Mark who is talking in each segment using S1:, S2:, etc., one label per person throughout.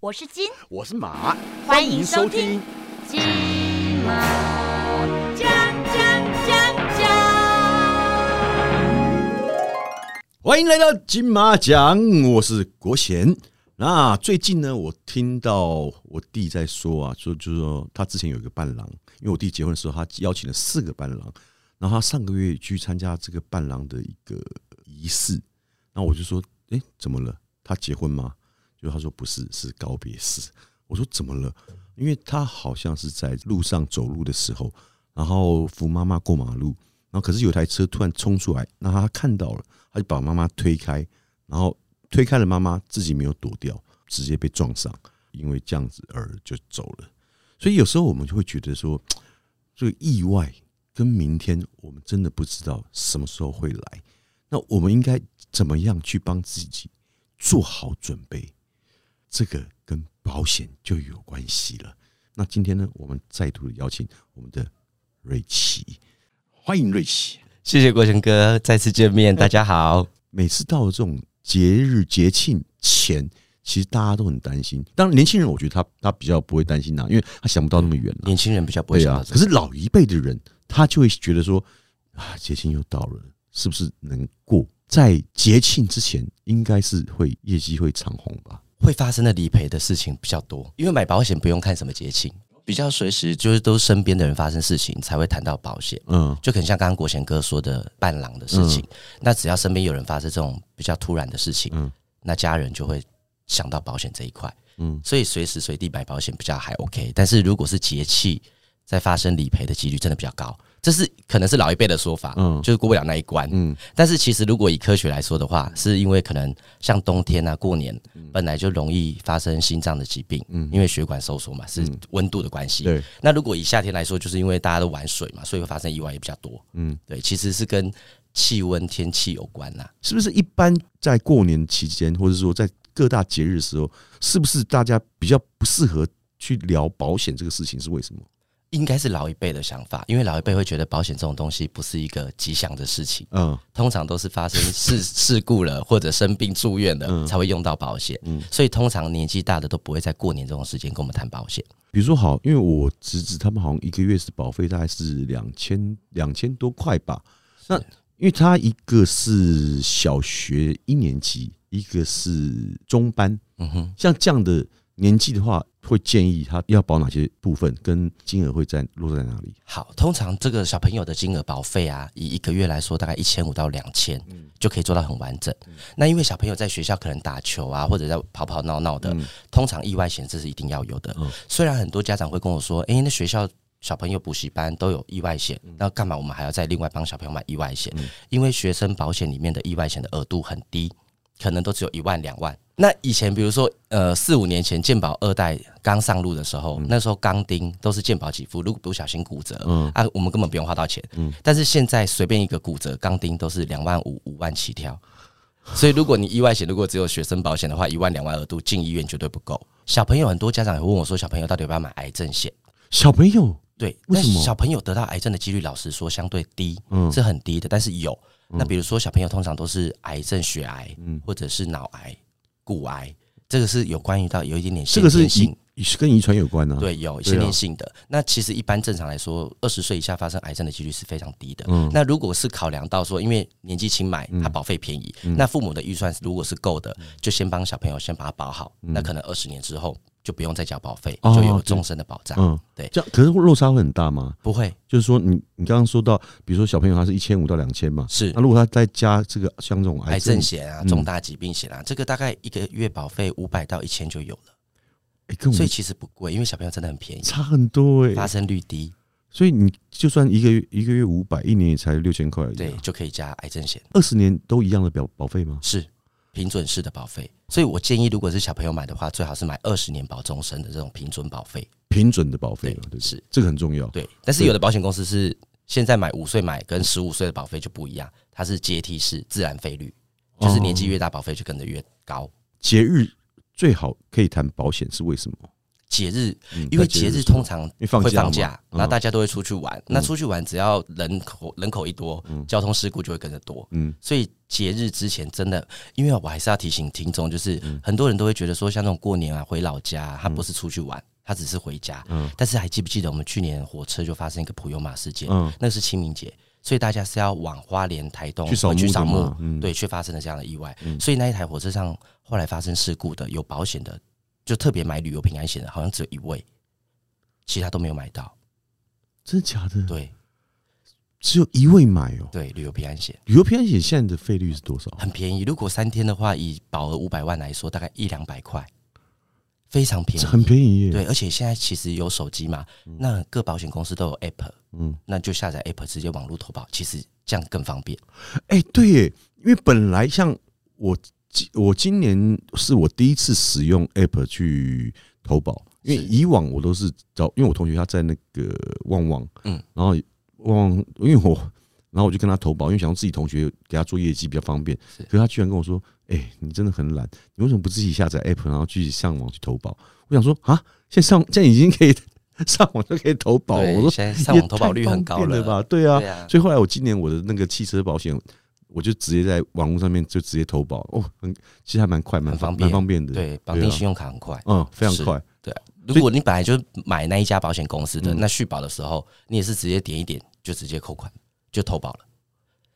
S1: 我是金，
S2: 我是马，
S1: 欢迎收听金马讲讲讲讲。
S2: 欢迎来到金马奖，我是国贤。那最近呢，我听到我弟在说啊，说就是说他之前有一个伴郎，因为我弟结婚的时候，他邀请了四个伴郎，然后他上个月去参加这个伴郎的一个仪式，然后我就说，哎、怎么了？他结婚吗？就他说不是，是告别式。我说怎么了？因为他好像是在路上走路的时候，然后扶妈妈过马路，然后可是有台车突然冲出来，那他看到了，他就把妈妈推开，然后推开了妈妈，自己没有躲掉，直接被撞上，因为这样子而就走了。所以有时候我们就会觉得说，这个意外跟明天，我们真的不知道什么时候会来。那我们应该怎么样去帮自己做好准备？这个跟保险就有关系了。那今天呢，我们再度地邀请我们的瑞奇，欢迎瑞奇。
S3: 谢谢国成哥，再次 见面，大家好。
S2: 每次到了这种节日节庆前，其实大家都很担心。当然，年轻人我觉得他他比较不会担心啦、啊因为他想不到那么远啦、
S3: 年轻人比较不会
S2: 对
S3: 嗯想到
S2: 啊，
S3: 这
S2: 可
S3: 个，
S2: 是老一辈的人，他就会觉得说啊，节庆又到了，是不是能过？在节庆之前，应该是会业绩会长红吧？
S3: 会发生的理赔的事情比较多，因为买保险不用看什么节庆，比较随时就是都身边的人发生事情才会谈到保险，
S2: 嗯，
S3: 就很像刚刚国贤哥说的伴郎的事情。那只要身边有人发生这种比较突然的事情，
S2: 嗯
S3: 那家人就会想到保险这一块，
S2: 嗯
S3: 嗯，所以随时随地买保险比较还 OK。但是如果是节气在发生理赔的几率真的比较高，这是可能是老一辈的说法，
S2: 嗯
S3: 嗯，就是过不了那一关，
S2: 嗯
S3: 嗯。但是其实如果以科学来说的话，是因为可能像冬天啊、过年
S2: 嗯
S3: 本来就容易发生心脏的疾病，嗯，因为血管收缩嘛，是温度的关
S2: 嗯
S3: 系，
S2: 对。
S3: 那如果以夏天来说，就是因为大家都玩水嘛，所以会发生意外也比较多，嗯，对，其实是跟气温、天气有关啊啦、
S2: 是不是一般在过年期间，或者说在各大节日的时候，是不是大家比较不适合去聊保险这个事情？是为什么？
S3: 应该是老一辈的想法，因为老一辈会觉得保险这种东西不是一个吉祥的事情，
S2: 嗯
S3: 通常都是发生 事事故了或者生病住院
S2: 嗯
S3: 了才会用到保险，所以通常年纪大的都不会在过年这种时间跟我们谈保险。
S2: 比如说好，因为我侄子他们好像一个月是保费大概是两千两千多块吧。那因为他一个是小学一年级，一个是中班，
S3: 嗯哼，
S2: 像这样的年纪的话，会建议他要保哪些部分，跟金额会在落在哪里？
S3: 好，通常这个小朋友的金额保费啊，以一个月来说，大概一千五到两千、就可以做到很完整。那因为小朋友在学校可能打球啊，或者在跑跑闹闹的，通常意外险这是一定要有的。虽然很多家长会跟我说，诶，那学校。小朋友补习班都有意外险，那干嘛我们还要再另外帮小朋友买意外险？因为学生保险里面的意外险的额度很低，可能都只有一万两万。那以前比如说，呃，四五年前健保二代刚上路的时候，那时候钢钉都是健保给付，如果不小心骨折，啊，我们根本不用花到钱。但是现在随便一个骨折钢钉都是两万五、五万起跳。所以，如果你意外险如果只有学生保险的话，一万两万额度进医院绝对不够。小朋友很多家长也会问我说，小朋友到底要不要买癌症险？
S2: 小朋友，
S3: 对，
S2: 为什么
S3: 但小朋友得到癌症的几率，老实说相对低，
S2: 嗯
S3: 是很低的，但是有。那比如说小朋友通常都是癌症、血癌，或者是脑癌、骨癌，这个是有关于到有一点点
S2: 这
S3: 先
S2: 个是
S3: 天性
S2: 遗。是跟遗传有关啊。，
S3: 对，有
S2: 对啊
S3: 先天性的。那其实一般正常来说，二十岁以下发生癌症的几率是非常低的。
S2: 嗯
S3: 那如果是考量到说，因为年纪轻买，它保费便宜，
S2: 嗯
S3: 那父母的预算如果是够的，就先帮小朋友先把它保好。那可能二十年之后就不用再交保费，
S2: 嗯哦
S3: 就有
S2: 对
S3: 终身的保障。
S2: 嗯，
S3: 对
S2: 这样可是落差会很大吗？
S3: 不会
S2: 就是说你，你刚刚说到，比如说小朋友他是一千五到两千嘛，
S3: 是
S2: 那如果他再加这个像这种
S3: 癌
S2: 癌症
S3: 症，险
S2: 嗯
S3: 啊、重大疾病险啊，这个大概一个月保费五百到一千就有了，
S2: 哎、跟我
S3: 所
S2: 们
S3: 以其实不贵，因为小朋友真的很便宜，
S2: 差很多哎、
S3: 发生率低，
S2: 所以你就算一个月一个月五百，一年也才六千块而已、
S3: 对，
S2: 啊，
S3: 就可以加癌症险，
S2: 二十年都一样的保保费吗？
S3: 是平准式的保费。所以我建议，如果是小朋友买的话，最好是买二十年保终身的这种平准保费。
S2: 平准的保费嘛，对
S3: 对
S2: 不对？
S3: 是
S2: 这个很重要。
S3: 对，但是有的保险公司是现在买五岁买跟十五岁的保费就不一样，它是阶梯式自然费率，就是年纪越
S2: 哦
S3: 大保费就跟着越高。
S2: 节日最好可以谈保险，是为什么？
S3: 节日
S2: 嗯
S3: 因为
S2: 在节
S3: 节
S2: 日的
S3: 日
S2: 时候
S3: 通常
S2: 因为放
S3: 会
S2: 假嘛
S3: 放假，
S2: 嗯
S3: 那大家都会出去玩。那出去玩，只要人口人口一多，交通事故就会跟着多。
S2: 嗯
S3: 所以节日之前真的，因为我还是要提醒听众，就是
S2: 嗯
S3: 很多人都会觉得说，像这种过年啊，回老家啊，他不是出去
S2: 嗯
S3: 玩。他只是回家，但是还记不记得我们去年火车就发生一个普悠玛事件？
S2: 嗯
S3: 那是清明节，所以大家是要往花莲、台东
S2: 去扫
S3: 呃去
S2: 墓
S3: 扫
S2: 的
S3: 墓
S2: 嘛，嗯
S3: 对，却发生了这样的意外。所以那一台火车上后来发生事故的，有保险的，就特别买旅游平安险的，好像只有一位，其他都没有买到。
S2: 真的假的？
S3: 对
S2: 只有一位买哦。
S3: 对，旅游平安险
S2: 旅游平安险现在的费率是多少？啊
S3: 很便宜，如果三天的话，以保额五百万来说，大概一两百块，非常便宜
S2: 这。很便宜耶。啊
S3: 对，，而且现在其实有手机嘛，那各保险公司都有 app，
S2: 嗯，
S3: 那就下载 app 直接网络投保，其实这样更方便。
S2: 哎、对耶，因为本来像我今我今年是我第一次使用 App 去投保，因为
S3: 是
S2: 以往我都是找，因为我同学他在那个旺旺，
S3: 嗯，
S2: 然后旺旺，因为我，然后我就跟他投保，因为想要自己同学给他做业绩比较方便，
S3: 是
S2: 可是他居然跟我说，哎、你真的很懒，你为什么不自己下载 App，然后去上网去投保？我想说啊，现在上现在已经可以 上网就可以投保，
S3: 对
S2: 我说
S3: 现在上网投保率很高
S2: 也太方便
S3: 了
S2: 了吧？对啊，
S3: 对啊，
S2: 所以后来我今年我的那个汽车保险，我就直接在网络上面就直接投保哦，很其实还蛮快，蛮
S3: 很方便
S2: 蛮方便的。，
S3: 对，绑定信用卡很快。
S2: 啊嗯，非常
S3: 是
S2: 快。
S3: 如果你本来就买那一家保险公司的，
S2: 嗯
S3: 那续保的时候，你也是直接点一点就直接扣款就投保了，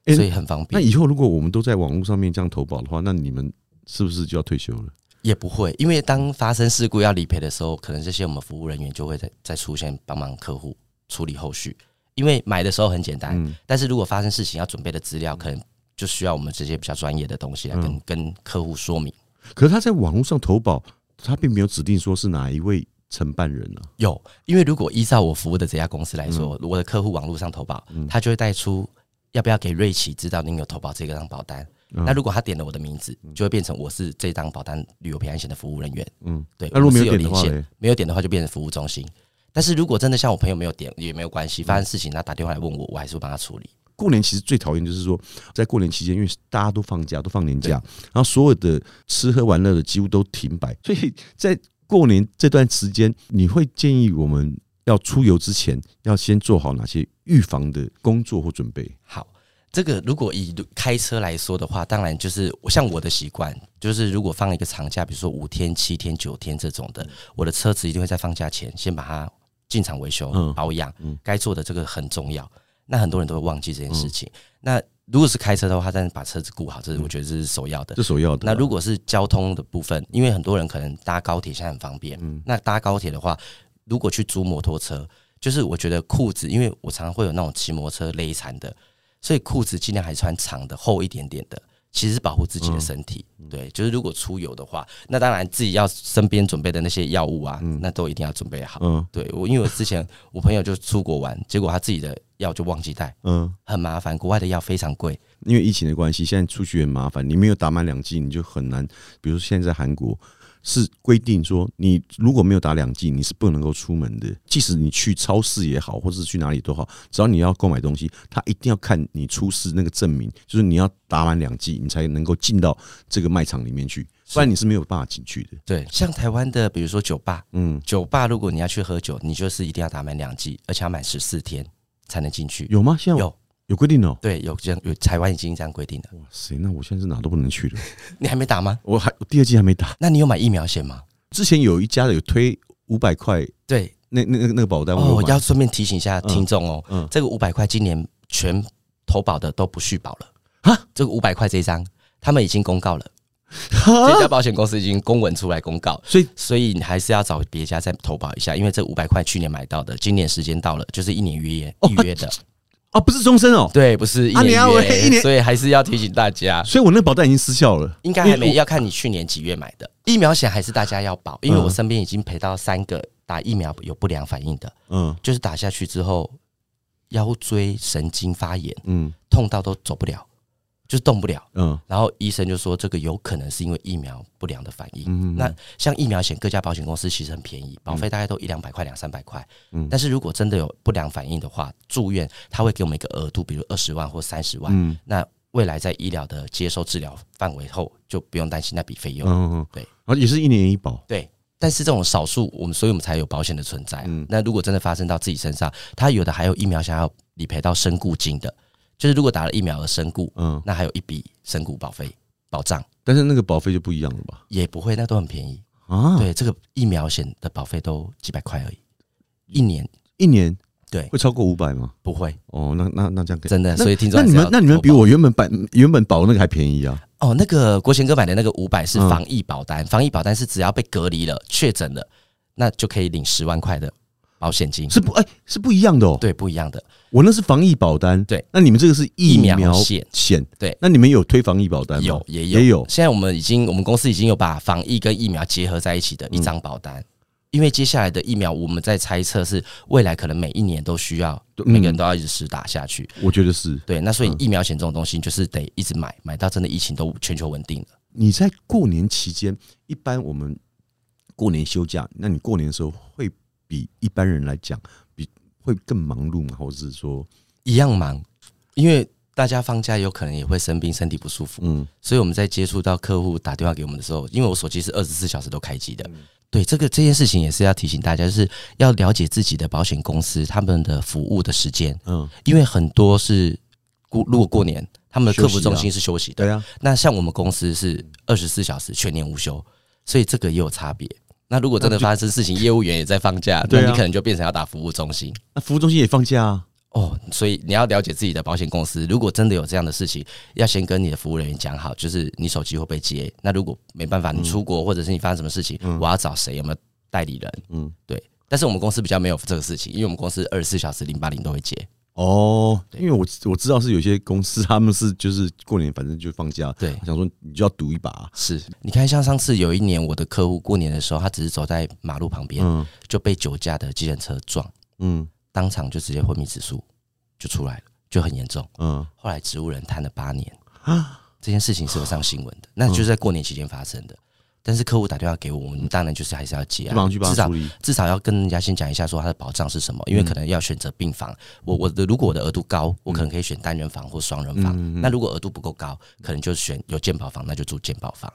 S2: 诶
S3: 所以很方
S2: 那
S3: 便。
S2: 以后如果我们都在网络上面这样投保的话，那你们是不是就要退休了？
S3: 也不会，因为当发生事故要理赔的时候，可能这些我们服务人员就会再再出现帮忙客户处理后续。因为买的时候很简单，
S2: 嗯
S3: 但是如果发生事情要准备的资料，可能就需要我们这些比较专业的东西来跟、跟客户说明。
S2: 可是他在网络上投保，他并没有指定说是哪一位承办人啊。
S3: 有，因为如果依照我服务的这家公司来说，我的客户网络上投保，他就会带出要不要给瑞奇知道您有投保这个张保单。
S2: 嗯
S3: 那如果他点了我的名字，就会变成我是这张保单旅游赔安险的服务人员。
S2: 嗯，
S3: 对，
S2: 那如果
S3: 我
S2: 没
S3: 们
S2: 有
S3: 是有
S2: 点的话
S3: 连线
S2: 嘞，
S3: 没有点的话就变成服务中心。但是如果真的像我朋友没有点也没有
S2: 嗯
S3: 关系，发生事情他打电话来问我，我还是会帮他处理。
S2: 过年其实最讨厌就是说，在过年期间，因为大家都放假，都放年假，然后所有的吃喝玩乐的几乎都停摆，所以在过年这段时间，你会建议我们要出游之前，要先做好哪些预防的工作或准备？
S3: 好，这个如果以开车来说的话，当然就是像我的习惯，就是如果放一个长假，比如说五天、七天、九天这种
S2: 嗯
S3: 的，我的车子一定会在放假前先把它进厂维修、
S2: 嗯
S3: 保养
S2: 嗯，
S3: 该做的这个很重要。那很多人都会忘记这件事情。那如果是开车的话，但是把车子顾好，
S2: 嗯
S3: 这是我觉得这是首要的。
S2: 这首要的啊。
S3: 那如果是交通的部分，因为很多人可能搭高铁现在很方便，那搭高铁的话，如果去租摩托车，就是我觉得裤子，因为我常常会有那种骑摩托车勒残的，所以裤子尽量还穿长的、厚一点点的，其实是保护自己的身体。对，就是如果出游的话，那当然自己要身边准备的那些药物啊，那都一定要准备好。
S2: 嗯
S3: 对我，因为我之前我朋友就出国玩，结果他自己的药就忘记带，
S2: 嗯，
S3: 很麻烦。国外的药非常贵，
S2: 因为疫情的关系，现在出去很麻烦，你没有打满两剂，你就很难。比如说现在在韩国。是规定说，你如果没有打两剂，你是不能够出门的。即使你去超市也好，或者是去哪里都好，只要你要购买东西，他一定要看你出示那个证明，就是你要打满两剂，你才能够进到这个卖场里面去，不然你是没有办法进去的。
S3: 对，像台湾的，比如说酒吧，
S2: 嗯，
S3: 酒吧如果你要去喝酒，你就是一定要打满两剂，而且要满十四天才能进去。
S2: 有吗？现在
S3: 有
S2: 有规定哦、
S3: 对，有这样有台湾已经这样规定了。
S2: 哇塞，那我现在是哪都不能去了。
S3: 你还没打吗？
S2: 我还我第二季还没打，
S3: 那你有买疫苗险吗？
S2: 之前有一家的有推五百块，
S3: 对，
S2: 那那那那个保单
S3: 哦，
S2: 嗯我
S3: 我
S2: 有买
S3: 要顺便提醒一下听众哦，
S2: 嗯嗯
S3: 这个五百块今年全投保的都不续保了
S2: 啊，
S3: 这个五百块这一张他们已经公告了，这家保险公司已经公文出来公告，
S2: 所以
S3: 所以你还是要找别家再投保一下，因为这五百块去年买到的，今年时间到了，就是一年预 约
S2: 哦
S3: 预约的。
S2: 啊，不是终身哦、
S3: 对，不是一
S2: 啊
S3: 年
S2: 你要
S3: 约
S2: 我一年
S3: 所以还是要提醒大家，
S2: 所以我那个保单已经失效了，
S3: 应该还
S2: 因
S3: 没
S2: 为
S3: 要看你去年几月买的疫苗险，还是大家要保，因为
S2: 嗯
S3: 我身边已经陪到三个打疫苗有不良反应的，
S2: 我。嗯
S3: 就是打下去之后腰椎神经发炎，
S2: 嗯
S3: 痛到都走不了，就是动不了。
S2: 嗯
S3: 然后医生就说，这个有可能是因为疫苗不良的反应。
S2: 嗯
S3: 那像疫苗险，各家保险公司其实很便宜，保费大概都一两百块、两三百块。
S2: 嗯
S3: 但是如果真的有不良反应的话，住院他会给我们一个额度，比如二十万或三十万。
S2: 嗯
S3: 那未来在医疗的接受治疗范围后，就不用担心那笔费
S2: 嗯
S3: 用。
S2: 嗯，
S3: 对
S2: 然后也是一年一保。
S3: 对，但是这种少数，我们所以我们才有保险的存在啊、
S2: 嗯
S3: 那如果真的发生到自己身上，他有的还有疫苗想要理赔到身故金的，就是如果打了疫苗而身故，
S2: 嗯，
S3: 那还有一笔身故保费保障，
S2: 但是那个保费就不一样了吧？
S3: 也不会，那都很便宜。
S2: 啊，
S3: 对，这个疫苗险的保费都几百块而
S2: 嗯
S3: 已，一年
S2: 一年
S3: 对
S2: 会超过五百吗？
S3: 不会
S2: 哦，那那那这样可以。
S3: 真的。所以听众
S2: 那
S3: 还
S2: 你
S3: 是
S2: 们
S3: 要
S2: 那你们
S3: 投
S2: 比
S3: 保
S2: 我原本版原本保的那个还便宜啊！
S3: 哦，那个国贤哥买的那个五百是
S2: 嗯
S3: 防疫保单，防疫保单是只要被隔离了、确诊了，那就可以领十万块的保险金。
S2: 是不哎、是不一样的哦。
S3: 对，不一样的。
S2: 我那是防疫保单，
S3: 对，
S2: 那你们这个是疫
S3: 疫苗
S2: 苗
S3: 险
S2: 险，
S3: 对
S2: 那你们有推防疫保单吗？
S3: 有也
S2: 嗯
S3: 有
S2: 也有
S3: 现在我们已经，我们公司已经有把防疫跟疫苗结合在一起的一张保单。因为接下来的疫苗，我们在猜测是未来可能每一年都需要，
S2: 对嗯
S3: 每个人都要一直施打下去。
S2: 我觉得是
S3: 对，那所以疫苗险这种东西，就是得一直买，买到真的疫情都全球稳定了。
S2: 你在过年期间，一般我们过年休假，那你过年的时候会比一般人来讲，比会更忙碌嘛，或者是说，
S3: 一样忙，因为大家放假有可能也会生病，身体不舒服。
S2: 嗯，
S3: 所以我们在接触到客户打电话给我们的时候，因为我手机是二十四小时都开机的，
S2: 嗯
S3: 对这个这件事情也是要提醒大家，就是要了解自己的保险公司他们的服务的时间，
S2: 嗯，
S3: 因为很多是过如果过年他们的客服
S2: 休息啊
S3: 中心是休息的，
S2: 对啊，
S3: 那像我们公司是二十四小时全年无休，所以这个也有差别。那如果真的发生事情，业务员也在放假，
S2: 对
S3: 那
S2: 啊
S3: 你可能就变成要打服务中心。
S2: 那服务中心也放假啊，
S3: 哦，所以你要了解自己的保险公司，如果真的有这样的事情，要先跟你的服务人员讲好，就是你手机会被接。那如果没办法，你出国、或者是你发生什么事情，我要找谁，有没有代理人？
S2: 嗯
S3: 嗯，对。但是我们公司比较没有这个事情，因为我们公司二十四小时零八零都会接。
S2: 哦，因为我我知道是有些公司他们是就是过年反正就放假，
S3: 对
S2: 想说你就要赌一把，啊
S3: 是，你看，像上次有一年我的客户过年的时候，他只是走在马路旁边、
S2: 嗯
S3: 就被酒驾的计程车撞，
S2: 嗯
S3: 当场就直接昏迷指数就出来了，就很严重。
S2: 嗯，
S3: 后来植物人瘫了八年
S2: 啊
S3: 这件事情是有上新闻的，那就是在过年期间发生的。但是客户打电话给我，我们当然就是还是要接
S2: 就马
S3: 啊，
S2: 上去帮
S3: 至
S2: 他
S3: 少
S2: 处理，嗯
S3: 至少要跟人家先讲一下说他的保障是什么，因为可能要选择病房。我我的如果我的额度高，
S2: 嗯
S3: 我可能可以选单人房或双人房。那如果额度不够高，可能就选有健保房，那就住健保房。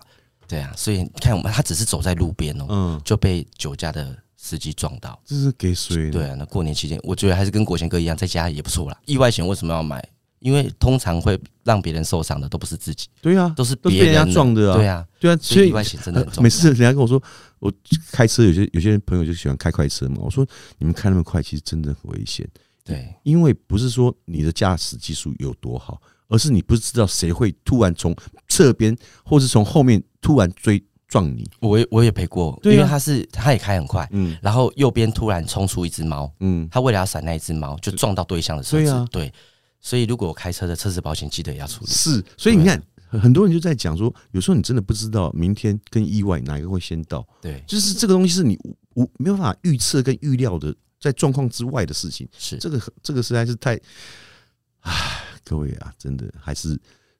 S3: 对啊，所以你看我们他只是走在路边哦，
S2: 嗯，
S3: 就被酒驾的司机撞到。
S2: 这是给谁？
S3: 对，啊，那过年期间，我觉得还是跟国贤哥一样，在家也不错啦。意外险为什么要买？因为通常会让别人受伤的都不是自己，
S2: 对啊，
S3: 都是
S2: 都是
S3: 别
S2: 被人
S3: 人
S2: 家
S3: 的
S2: 撞的啊，
S3: 对啊，
S2: 对啊，
S3: 所
S2: 所
S3: 以意
S2: 以
S3: 外险真的很重要。
S2: 每次人家跟我说，我开车有些有些人朋友就喜欢开快车嘛，我说你们开那么快，其实真的很危险，
S3: 对
S2: 因为不是说你的驾驶技术有多好，而是你不知道谁会突然从侧边或是从后面突然追撞你。
S3: 我也我也赔过，
S2: 对啊
S3: 因为他是他也开很快，
S2: 嗯
S3: 然后右边突然冲出一只猫，
S2: 嗯，
S3: 他为了要闪那一只猫，就撞到对向的车
S2: 对
S3: 子。
S2: 啊
S3: 对，所以如果我开车的车子保险记得也要处理。
S2: 是，嗯所
S3: 啊
S2: 以你看，很多人就在讲说，有时候你真的不知道明天跟意外哪一个会先到，
S3: 对，
S2: 就是这个东西是你无无没有办法预测跟预料的，在状况之外的事情。
S3: 是
S2: 这个这个实在是太，唉，各位啊，真的还是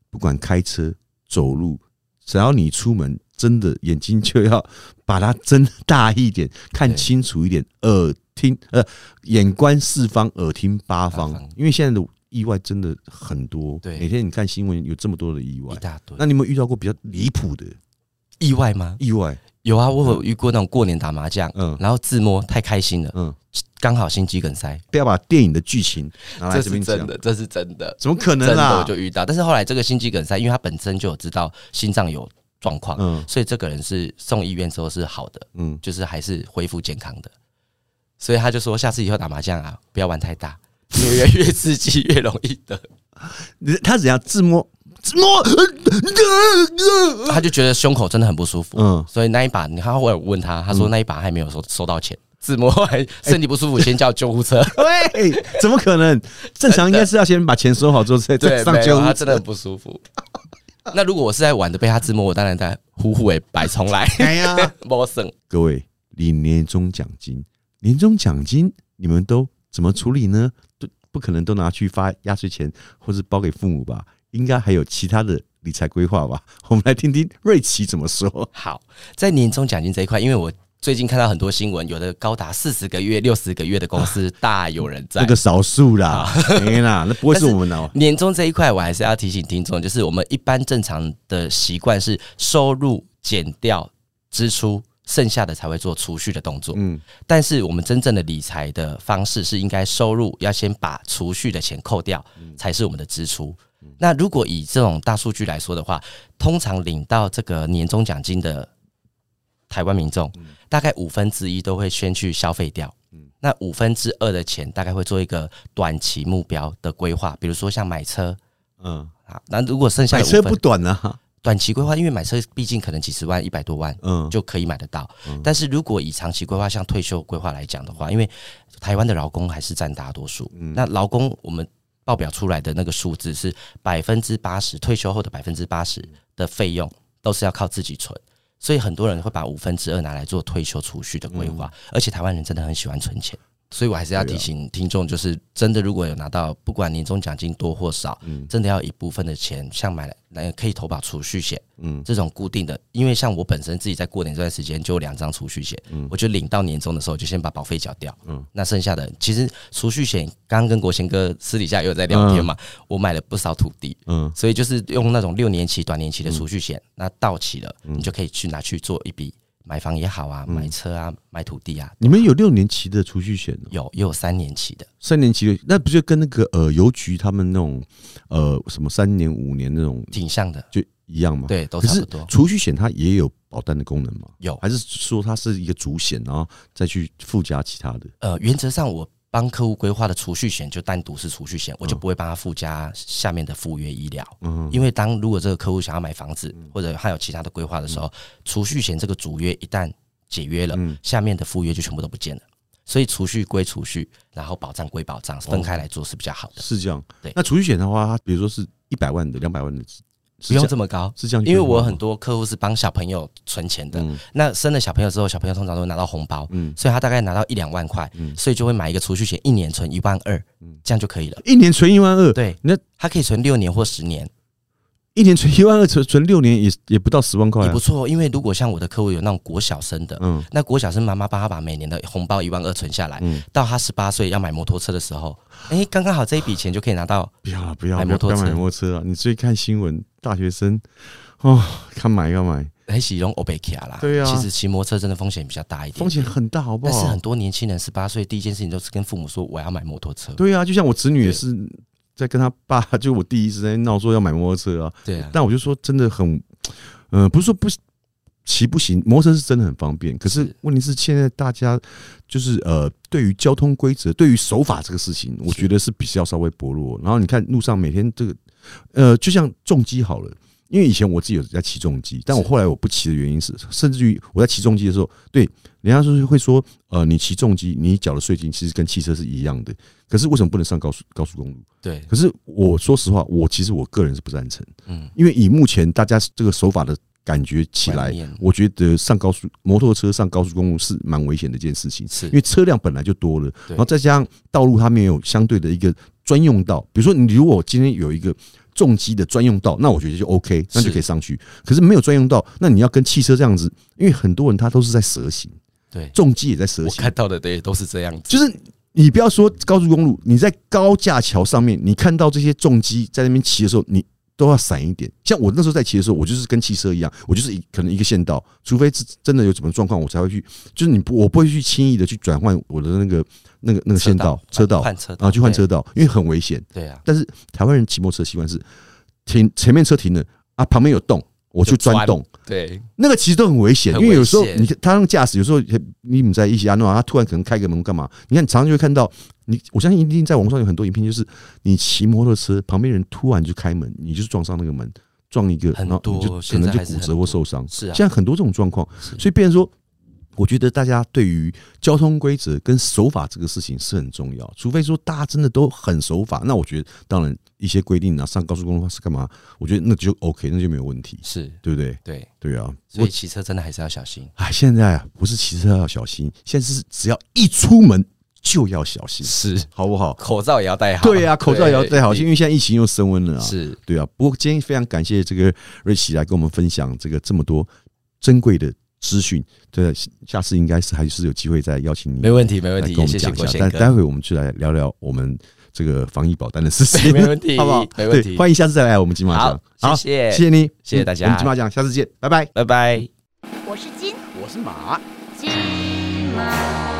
S2: 不管开车、走路，只要你出门，真的眼睛就要把它睁大一点，看
S3: 对
S2: 清楚一点，耳听呃，眼观四方，耳听八方，
S3: 八方
S2: 因为现在的意外真的很多，
S3: 对
S2: 每天你看新闻有这么多的意外
S3: 一，大堆。
S2: 那你有没有遇到过比较离谱的
S3: 意外吗？
S2: 意 外？
S3: 有啊，我有遇过那种过年打麻将，
S2: 嗯
S3: 然后自摸太开心了，
S2: 嗯，
S3: 刚好心肌梗塞，
S2: 不要把电影的剧情拿来
S3: 啊这
S2: 这边
S3: 是真
S2: 讲，
S3: 的，这是真的。
S2: 怎么可能啊
S3: 真的
S2: 啦
S3: 我？就遇到。但是后来这个心肌梗塞，因为他本身就有知道心脏有状况，
S2: 嗯
S3: 所以这个人是送医院之后是好的，
S2: 嗯，
S3: 就是还是恢复健康的。所以他就说，下次以后打麻将啊，不要玩太大，因为越越刺激越容易 得。
S2: 你他只要自摸自摸，呃
S3: 他就觉得胸口真的很不舒服，
S2: 嗯，
S3: 所以那一把，你看我有问他，他说那一把还没有收收到钱，自摸还身体不舒服，先叫救护车。
S2: 喂，怎么可能？正常应该是要先把钱收好之后再
S3: 对
S2: 再，上
S3: 没
S2: 救
S3: 有
S2: 护
S3: 他
S2: 车
S3: 真的很不舒服。 那如果我是在玩的被他自摸，我当然在呼呼诶摆重来，
S2: 哎呀，
S3: 没剩。
S2: 各位领年终奖金，年终奖金你们都怎么处理呢？都不可能都拿去发压岁钱或是包给父母吧？应该还有其他的理财规划吧？ 我们来听听瑞奇怎么说。
S3: 好，在年终奖金这一块，因为我最近看到很多新闻，有的高达四十个月、六十个月的公司大有人在。
S2: 那个少数啦，没啦，那不啊会是我们的哦。
S3: 年终这一块，我还是要提醒听众，就是我们一般正常的习惯是收入减掉支出剩下的才会做储蓄的动作。
S2: 嗯
S3: 但是我们真正的理财的方式是应该收入要先把储蓄的钱扣掉，才是我们的支出。
S2: 嗯
S3: 那如果以这种大数据来说的话，通常领到这个年终奖金的台湾民众，
S2: 嗯
S3: 大概五分之一都会先去消费掉。那五分之二的钱大概会做一个短期目标的规划，比如说像买车
S2: 嗯，
S3: 啊。那如果剩下
S2: 买
S3: 的
S2: 车
S3: 5分
S2: 不短啊，
S3: 短期规划，因为买车毕竟可能几十万、一百多万，
S2: 嗯，
S3: 就可以买得到。但是如果以长期规划，像退休规划来讲的话，因为台湾的劳工还是占大多数，那劳工我们报表出来的那个数字是百分之八十，退休后的百分之八十的费用都是要靠自己存。所以很多人会把五分之二拿来做退休储蓄的规划，而且台湾人真的很喜欢存钱，所以我还是要提醒听众，就是真的如果有拿到不管年终奖金多或少，真的要一部分的钱，像买了那可以投保储蓄险，
S2: 嗯
S3: 这种固定的，因为像我本身自己在过年这段时间就有两张储蓄险，我就领到年终的时候就先把保费缴掉，
S2: 嗯
S3: 那剩下的其实储蓄险，刚刚跟国贤哥私底下也有在聊天嘛，我买了不少土地，
S2: 嗯
S3: 所以就是用那种六年期、短年期的储蓄险，那到期了，
S2: 嗯
S3: 你就可以去拿去做一笔买房也好啊，买车啊，买土地啊，
S2: 你们有六年期的储蓄险哦，
S3: 有也有三年期的，
S2: 三年期的，那不就跟那个呃邮局他们那种呃什么三年五年那种
S3: 挺像的，
S2: 就一样吗？，
S3: 对，都
S2: 嗯可
S3: 差
S2: 是
S3: 不多。
S2: 储蓄险它也有保单的功能吗？
S3: 有
S2: 还是说它是一个主险，然后再去附加其他的？
S3: 呃，原则上我帮客户规划的储蓄险就单独是储蓄险，我就不会帮他附加下面的附约医疗。
S2: 嗯
S3: 因为当如果这个客户想要买房子或者还有其他的规划的时候，储蓄险这个主约一旦解约了，
S2: 嗯
S3: 下面的附约就全部都不见了。所以储蓄归储蓄，然后保障归保障，分开来做是比较好的，
S2: 哦是这样。
S3: 对
S2: 那储蓄险的话，它比如说是一百万的、两百万的，
S3: 不
S2: 是
S3: 用
S2: 这
S3: 这
S2: 样
S3: 么高。
S2: 是这样去规划吗，
S3: 因为我呃很多客户是帮小朋友存钱的，
S2: 嗯
S3: 那生了小朋友之后，小朋友通常都会拿到红包，
S2: 嗯
S3: 所以他大概拿到一两万块，
S2: 嗯
S3: 所以就会买一个储蓄险，一年存一万二，这样就可以了。
S2: 一年存一万二，
S3: 对，
S2: 那
S3: 他可以存六年或十年，
S2: 一年存一万二，存存六年也也不到十万块
S3: 也
S2: 啊
S3: 不。错。因为如果像我的客户有那种国小生的，
S2: 嗯
S3: 那国小生妈妈帮他把每年的红包一万二存下来，
S2: 嗯，
S3: 到他十八岁要买摩托车的时候，哎、刚刚好这一笔钱就可以拿到。
S2: 不要了，不要
S3: 买
S2: 不要
S3: 摩
S2: 不
S3: 托
S2: 要买
S3: 车
S2: 摩托车啊了。你最近看新闻，大学生哦，看买要买，
S3: 还喜用欧贝克啦，
S2: 对啊
S3: 其实骑摩托车真的风险比较大一点，
S2: 风险很大，好不啊
S3: 但是
S2: 好
S3: 很？多年轻人十八岁第一件事情都是跟父母说我要买摩托车，
S2: 对啊，就像我侄女也是在跟她爸， 就我弟一直在闹说要买摩托车啊，
S3: 对啊，
S2: 但我就说真的很，呃，不是说不骑不行，摩托车是真的很方便。可是
S3: 是
S2: 问题是，现在大家就是呃，对于交通规则、对于守法这个事情，我觉得是比较稍微薄弱。然后你看路上每天这个，呃，就像重机好了。因为以前我自己有在骑重机，但我
S3: 是
S2: 后来我不骑的原因是，甚至于我在骑重机的时候，对人家就是会说，呃，你骑重机，你缴的税金其实跟汽车是一样的，可是为什么不能上高速高速公路？
S3: 对，
S2: 可是我说实话，我其实我个人是不赞成，
S3: 嗯，
S2: 因为以目前大家这个手法的感觉起
S3: 观
S2: 来，
S3: 念
S2: 我觉得上高速摩托车上高速公路是蛮危险的一件事情，
S3: 是
S2: 因为车辆本来就多了，
S3: 对
S2: 然后再加上道路它没有相对的一个专用道，比如说你如果今天有一个。重机的专用道，那我觉得就 OK，那就可以上去。可是没有专用道，那你要跟汽车这样子，因为很多人他都是在蛇行，
S3: 对，
S2: 重机也在蛇
S3: 我
S2: 行，
S3: 看到的对都是这样子，
S2: 就是你不要说高速公路，你在高架桥上面，你看到这些重机在那边骑的时候，你都要闪一点。像我那时候在骑的时候，我就是跟汽车一样，我就是一可能一个线道，除非是真的有什么状况，我才会去，就是你不我不会去轻易的去转换我的那个那个那个线道车道，
S3: 换车
S2: 然后去换车
S3: 对，
S2: 道，因为很危险。
S3: 对啊，
S2: 但是台湾人骑摩托车习惯是停前面车停了啊，旁边有洞我去
S3: 就钻
S2: 钻洞，
S3: 对，
S2: 那个其实都很危险，
S3: 很
S2: 因为有时候
S3: 危险
S2: 你看他那个驾驶，有时候你们在一起安诺，他突然可能开个门干嘛？你看，你常常就会看到你，我相信一定在网上有很多影片，就是你骑摩托车，旁边人突然就开门，你就是撞上那个门，撞一个，
S3: 很
S2: 然后你就
S3: 多
S2: 可能
S3: 现在
S2: 就
S3: 还是
S2: 骨
S3: 很
S2: 折或受伤。
S3: 是啊
S2: 现在很多这种状况，
S3: 是
S2: 所以变成说，我觉得大家对于交通规则跟守法这个事情是很重要。除非说大家真的都很守法，那我觉得当然一些规定啊，上高速公路是干嘛？我觉得那就 OK，那就没有问题，
S3: 是，
S2: 对不对？
S3: 对，
S2: 对啊，
S3: 所以骑车真的还是要小心，
S2: 哎，现在啊，不是骑车要小心，现在是只要一出门就要小心，
S3: 是，
S2: 好不好？
S3: 口罩也要戴好，
S2: 对啊，口罩也要戴好，
S3: 对
S2: 因为现在疫情又升温了啊。，
S3: 是，
S2: 对啊。不过今天非常感谢这个瑞奇来跟我们分享这个这么多珍贵的资讯。对啊，下次应该是还是有机会再邀请你
S3: 没问题，没问
S2: 来
S3: 题，
S2: 跟我
S3: 也
S2: 们
S3: 谢谢
S2: 讲
S3: 国
S2: 一下。
S3: 贤
S2: 但
S3: 哥，
S2: 待会我们就来聊聊我们这个防疫保单的事情，
S3: 没问 题
S2: 好不好？
S3: 没问
S2: 对
S3: 题
S2: 欢迎下次再来我们金马
S3: 好
S2: 奖。好，
S3: 谢谢
S2: 谢谢你，
S3: 谢谢大家
S2: 我们金马奖下次见，拜拜。
S3: 拜拜。
S1: 我是金，
S3: 我是
S2: 是马。
S1: 金马。